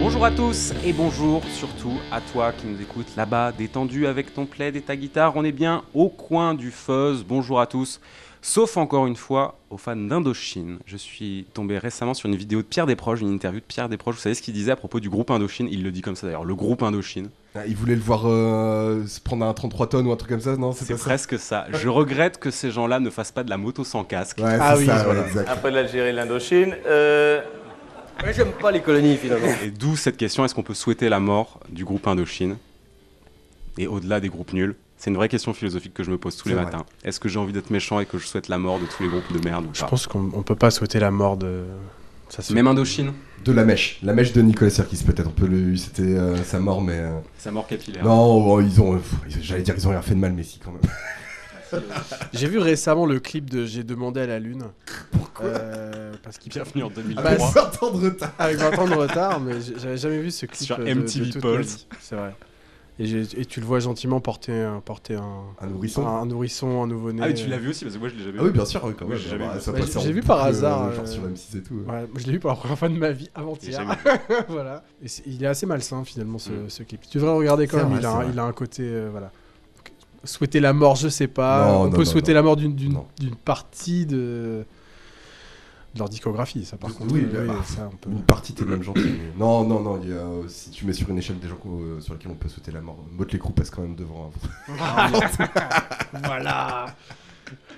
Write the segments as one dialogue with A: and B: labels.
A: Bonjour à tous et bonjour surtout à toi qui nous écoutes là-bas, détendu avec ton plaid et ta guitare. On est bien au coin du fuzz. Bonjour à tous. Sauf encore une fois aux fans d'Indochine. Je suis tombé récemment sur une vidéo de Pierre Desproges, une interview de Pierre Desproges. Vous savez ce qu'il disait à propos du groupe Indochine Il le dit comme ça d'ailleurs, le groupe Indochine.
B: Ah, il voulait le voir euh, se prendre un 33 tonnes ou un truc comme ça, non C'est
A: C'est
B: pas ça
A: presque ça. Je regrette que ces gens-là ne fassent pas de la moto sans casque.
B: Ouais,
C: Ah
B: c'est
C: oui,
B: ça,
C: voilà.
B: ouais, exact.
D: Après l'Algérie et l'Indochine. euh,
C: Mais j'aime pas les colonies finalement.
A: Et d'où cette question est-ce qu'on peut souhaiter la mort du groupe Indochine Et au-delà des groupes nuls C'est une vraie question philosophique que je me pose tous les
B: C'est vrai.
A: matins. Est-ce que j'ai envie d'être méchant et que je souhaite la mort de tous les groupes de merde ou
E: Je
A: pas
E: pense qu'on on peut pas souhaiter la mort de. Ça se-
A: Même Indochine
B: De la mèche. La mèche de Nicolas Sirkis, peut-être. On peut le- C'était euh, sa mort, mais. euh,
A: Sa mort capillaire.
B: Non, oh, ils ont. euh, pff, ils- J'allais dire, ils ont rien fait de mal, mais si, quand même.
E: J'ai vu récemment le clip de J'ai demandé à la lune. Pourquoi Parce qu'il
A: Bienvenue
B: Ah,
A: en 2003.
E: Bah,
B: Avec 20 ans de retard.
E: Avec 20 ans de retard, mais j- j'avais jamais vu ce clip.
A: Sur
E: euh, de-
A: MTV
E: de toute ma
A: Pulse.
E: vie. C'est vrai. Et, j'ai- et tu le vois gentiment porter un, porter un,
B: Un nourrisson.
E: un nourrisson, un nouveau-né.
A: ah oui, tu l'as vu aussi parce que moi je l'ai jamais
B: Ah oui, bien sûr, oui, quand
A: Oui,
B: même.
A: j'ai jamais
B: Bah,
A: vu.
B: ça
E: Bah,
B: passait
E: j'ai-
B: en
E: j'ai vu par
B: boucle, euh,
E: hasard,
B: genre
E: euh,
B: sur M6 et tout. hein. ouais.
E: Ouais, moi, je l'ai vu pour la première fois de ma vie
A: Et j'ai
E: avant-hier.
A: jamais-
E: voilà. Et c'est- il est assez malsain finalement ce, ce clip. Tu devrais le regarder quand
B: Mm. C'est
E: même.
B: vrai,
E: il, a
B: c'est
E: un,
B: vrai.
E: il a un côté euh, voilà. Donc, souhaiter la mort, je sais pas.
B: Non,
E: On
B: non,
E: peut
B: non,
E: souhaiter
B: non.
E: la mort d'une d'une-
B: Non.
E: d'une partie de... de leur discographie. Ça par
B: Oui,
E: contre.
B: oui,
E: euh,
B: bah,
E: ça, on peut-
B: Une partie, t'es même gentil. mais- Non, non, non. il y a, euh, si tu mets sur une échelle des gens qu'on- euh, sur lesquels on peut sauter la mort, euh, Motte l'écrou passe quand même devant. hein.
E: Voilà.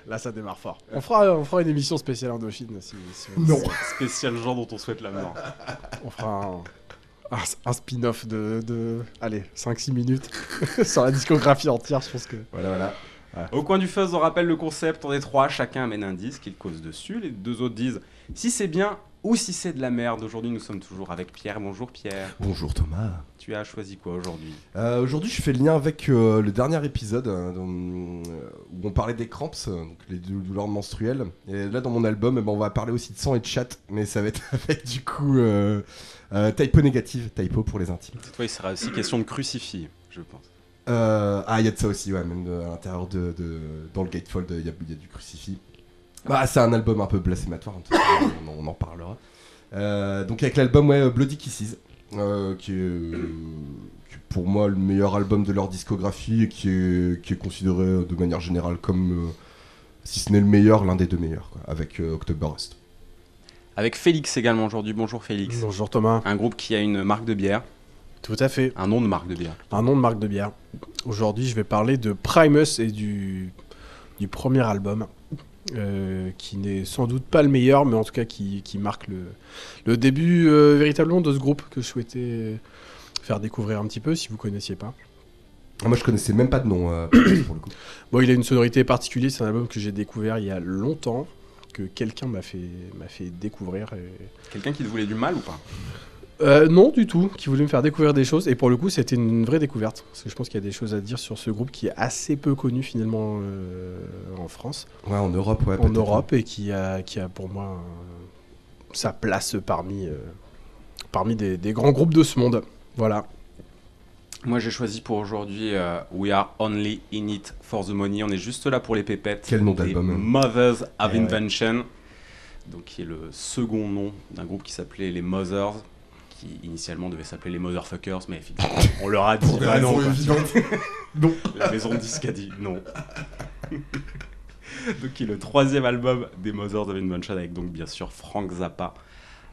E: Là, ça démarre fort. On fera, on fera une émission spéciale Indochine. Si, si-
B: Non.
A: Spécial genre dont on souhaite la mort.
E: On fera un, un- un spin-off de, de- Allez, 5-6 minutes sur la discographie entière. Je pense que.
B: Voilà, voilà.
A: Au coin du fuzz, on rappelle le concept on est trois, chacun amène un disque, il cause dessus. Les deux autres disent si c'est bien ou si c'est de la merde. Aujourd'hui, nous sommes toujours avec Pierre. Bonjour Pierre.
B: Bonjour Thomas.
A: Tu as choisi quoi aujourd'hui
B: Euh, Aujourd'hui, je fais le lien avec euh, le dernier épisode euh, dont- euh, où on parlait des cramps, euh, donc les dou- douleurs menstruelles. Et là, dans mon album, eh ben, on va parler aussi de sang et de chat, mais ça va être avec du coup euh, euh, typo négative, typo pour les intimes.
A: Cette fois, il sera aussi question de crucifix, je pense.
B: Euh, ah, il y a de ça aussi, ouais, même de- à l'intérieur de, de- dans le gatefold, il y a, il y a du crucifix. Bah, c'est un album un peu blasphématoire, de toute façon, on, en- on en parlera. Euh, donc avec l'album ouais, Bloody Kisses, euh, qui, est, euh, qui est pour moi le meilleur album de leur discographie et qui est, qui est considéré euh, de manière générale comme, euh, si ce n'est le meilleur, l'un des deux meilleurs, quoi, avec euh, October Rust.
A: Avec Félix également aujourd'hui. Bonjour Félix.
E: Bonjour Thomas.
A: Un groupe qui a une marque de bière,
E: Tout à fait.
A: un nom de marque de bière.
E: Un nom de marque de bière. Aujourd'hui, je vais parler de Primus et du, du premier album. euh, qui n'est sans doute pas le meilleur, mais en tout cas qui, qui marque le, le début euh, véritablement de ce groupe que je souhaitais faire découvrir un petit peu si vous connaissiez pas.
B: Ah, moi, je connaissais même pas de nom euh, pour le coup.
E: Bon, il a une sonorité particulière, c'est un album que j'ai découvert il y a longtemps, que quelqu'un m'a fait, m'a fait découvrir. et-
A: Quelqu'un qui te voulait du mal ou pas
E: Euh, non, du tout, qui voulait me faire découvrir des choses, et pour le coup, c'était une vraie découverte, parce que je pense qu'il y a des choses à dire sur ce groupe qui est assez peu connu finalement euh, en France,
B: Ouais, en Europe, ouais.
E: en
B: peut-être.
E: Europe, et qui a, qui a pour moi euh, sa place parmi, euh, parmi des, des grands groupes de ce monde. Voilà.
A: Moi, j'ai choisi pour aujourd'hui euh, We Are Only In It For The Money. On est juste là pour les pépettes.
B: Quel nom
A: Des
B: d'album, hein.
A: Mothers of
B: Eh ouais.
A: Invention. Donc, qui est le second nom d'un groupe qui s'appelait les Mothers, qui initialement devait s'appeler les Motherfuckers, mais effectivement, on leur a dit
B: Pour des
A: bah non,
B: raisons
A: quoi.
B: évidentes.
A: La maison de disques a dit non. donc, qui est le troisième album des Mothers of Invention, avec donc bien sûr Frank Zappa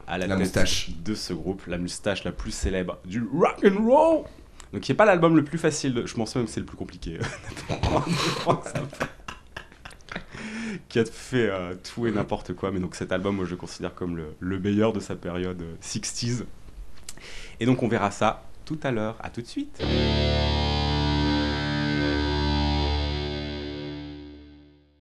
A: à la,
B: La
A: tête
B: moustache.
A: de ce groupe, la moustache la plus célèbre du rock and roll. Donc, qui n'est pas l'album le plus facile, de- je pense même que c'est le plus compliqué. euh, Frank Zappa. qui a fait euh, tout et n'importe quoi, mais donc cet album, moi je le considère comme le, le meilleur de sa période euh, 60s. Et donc on verra ça tout à l'heure, à tout de suite.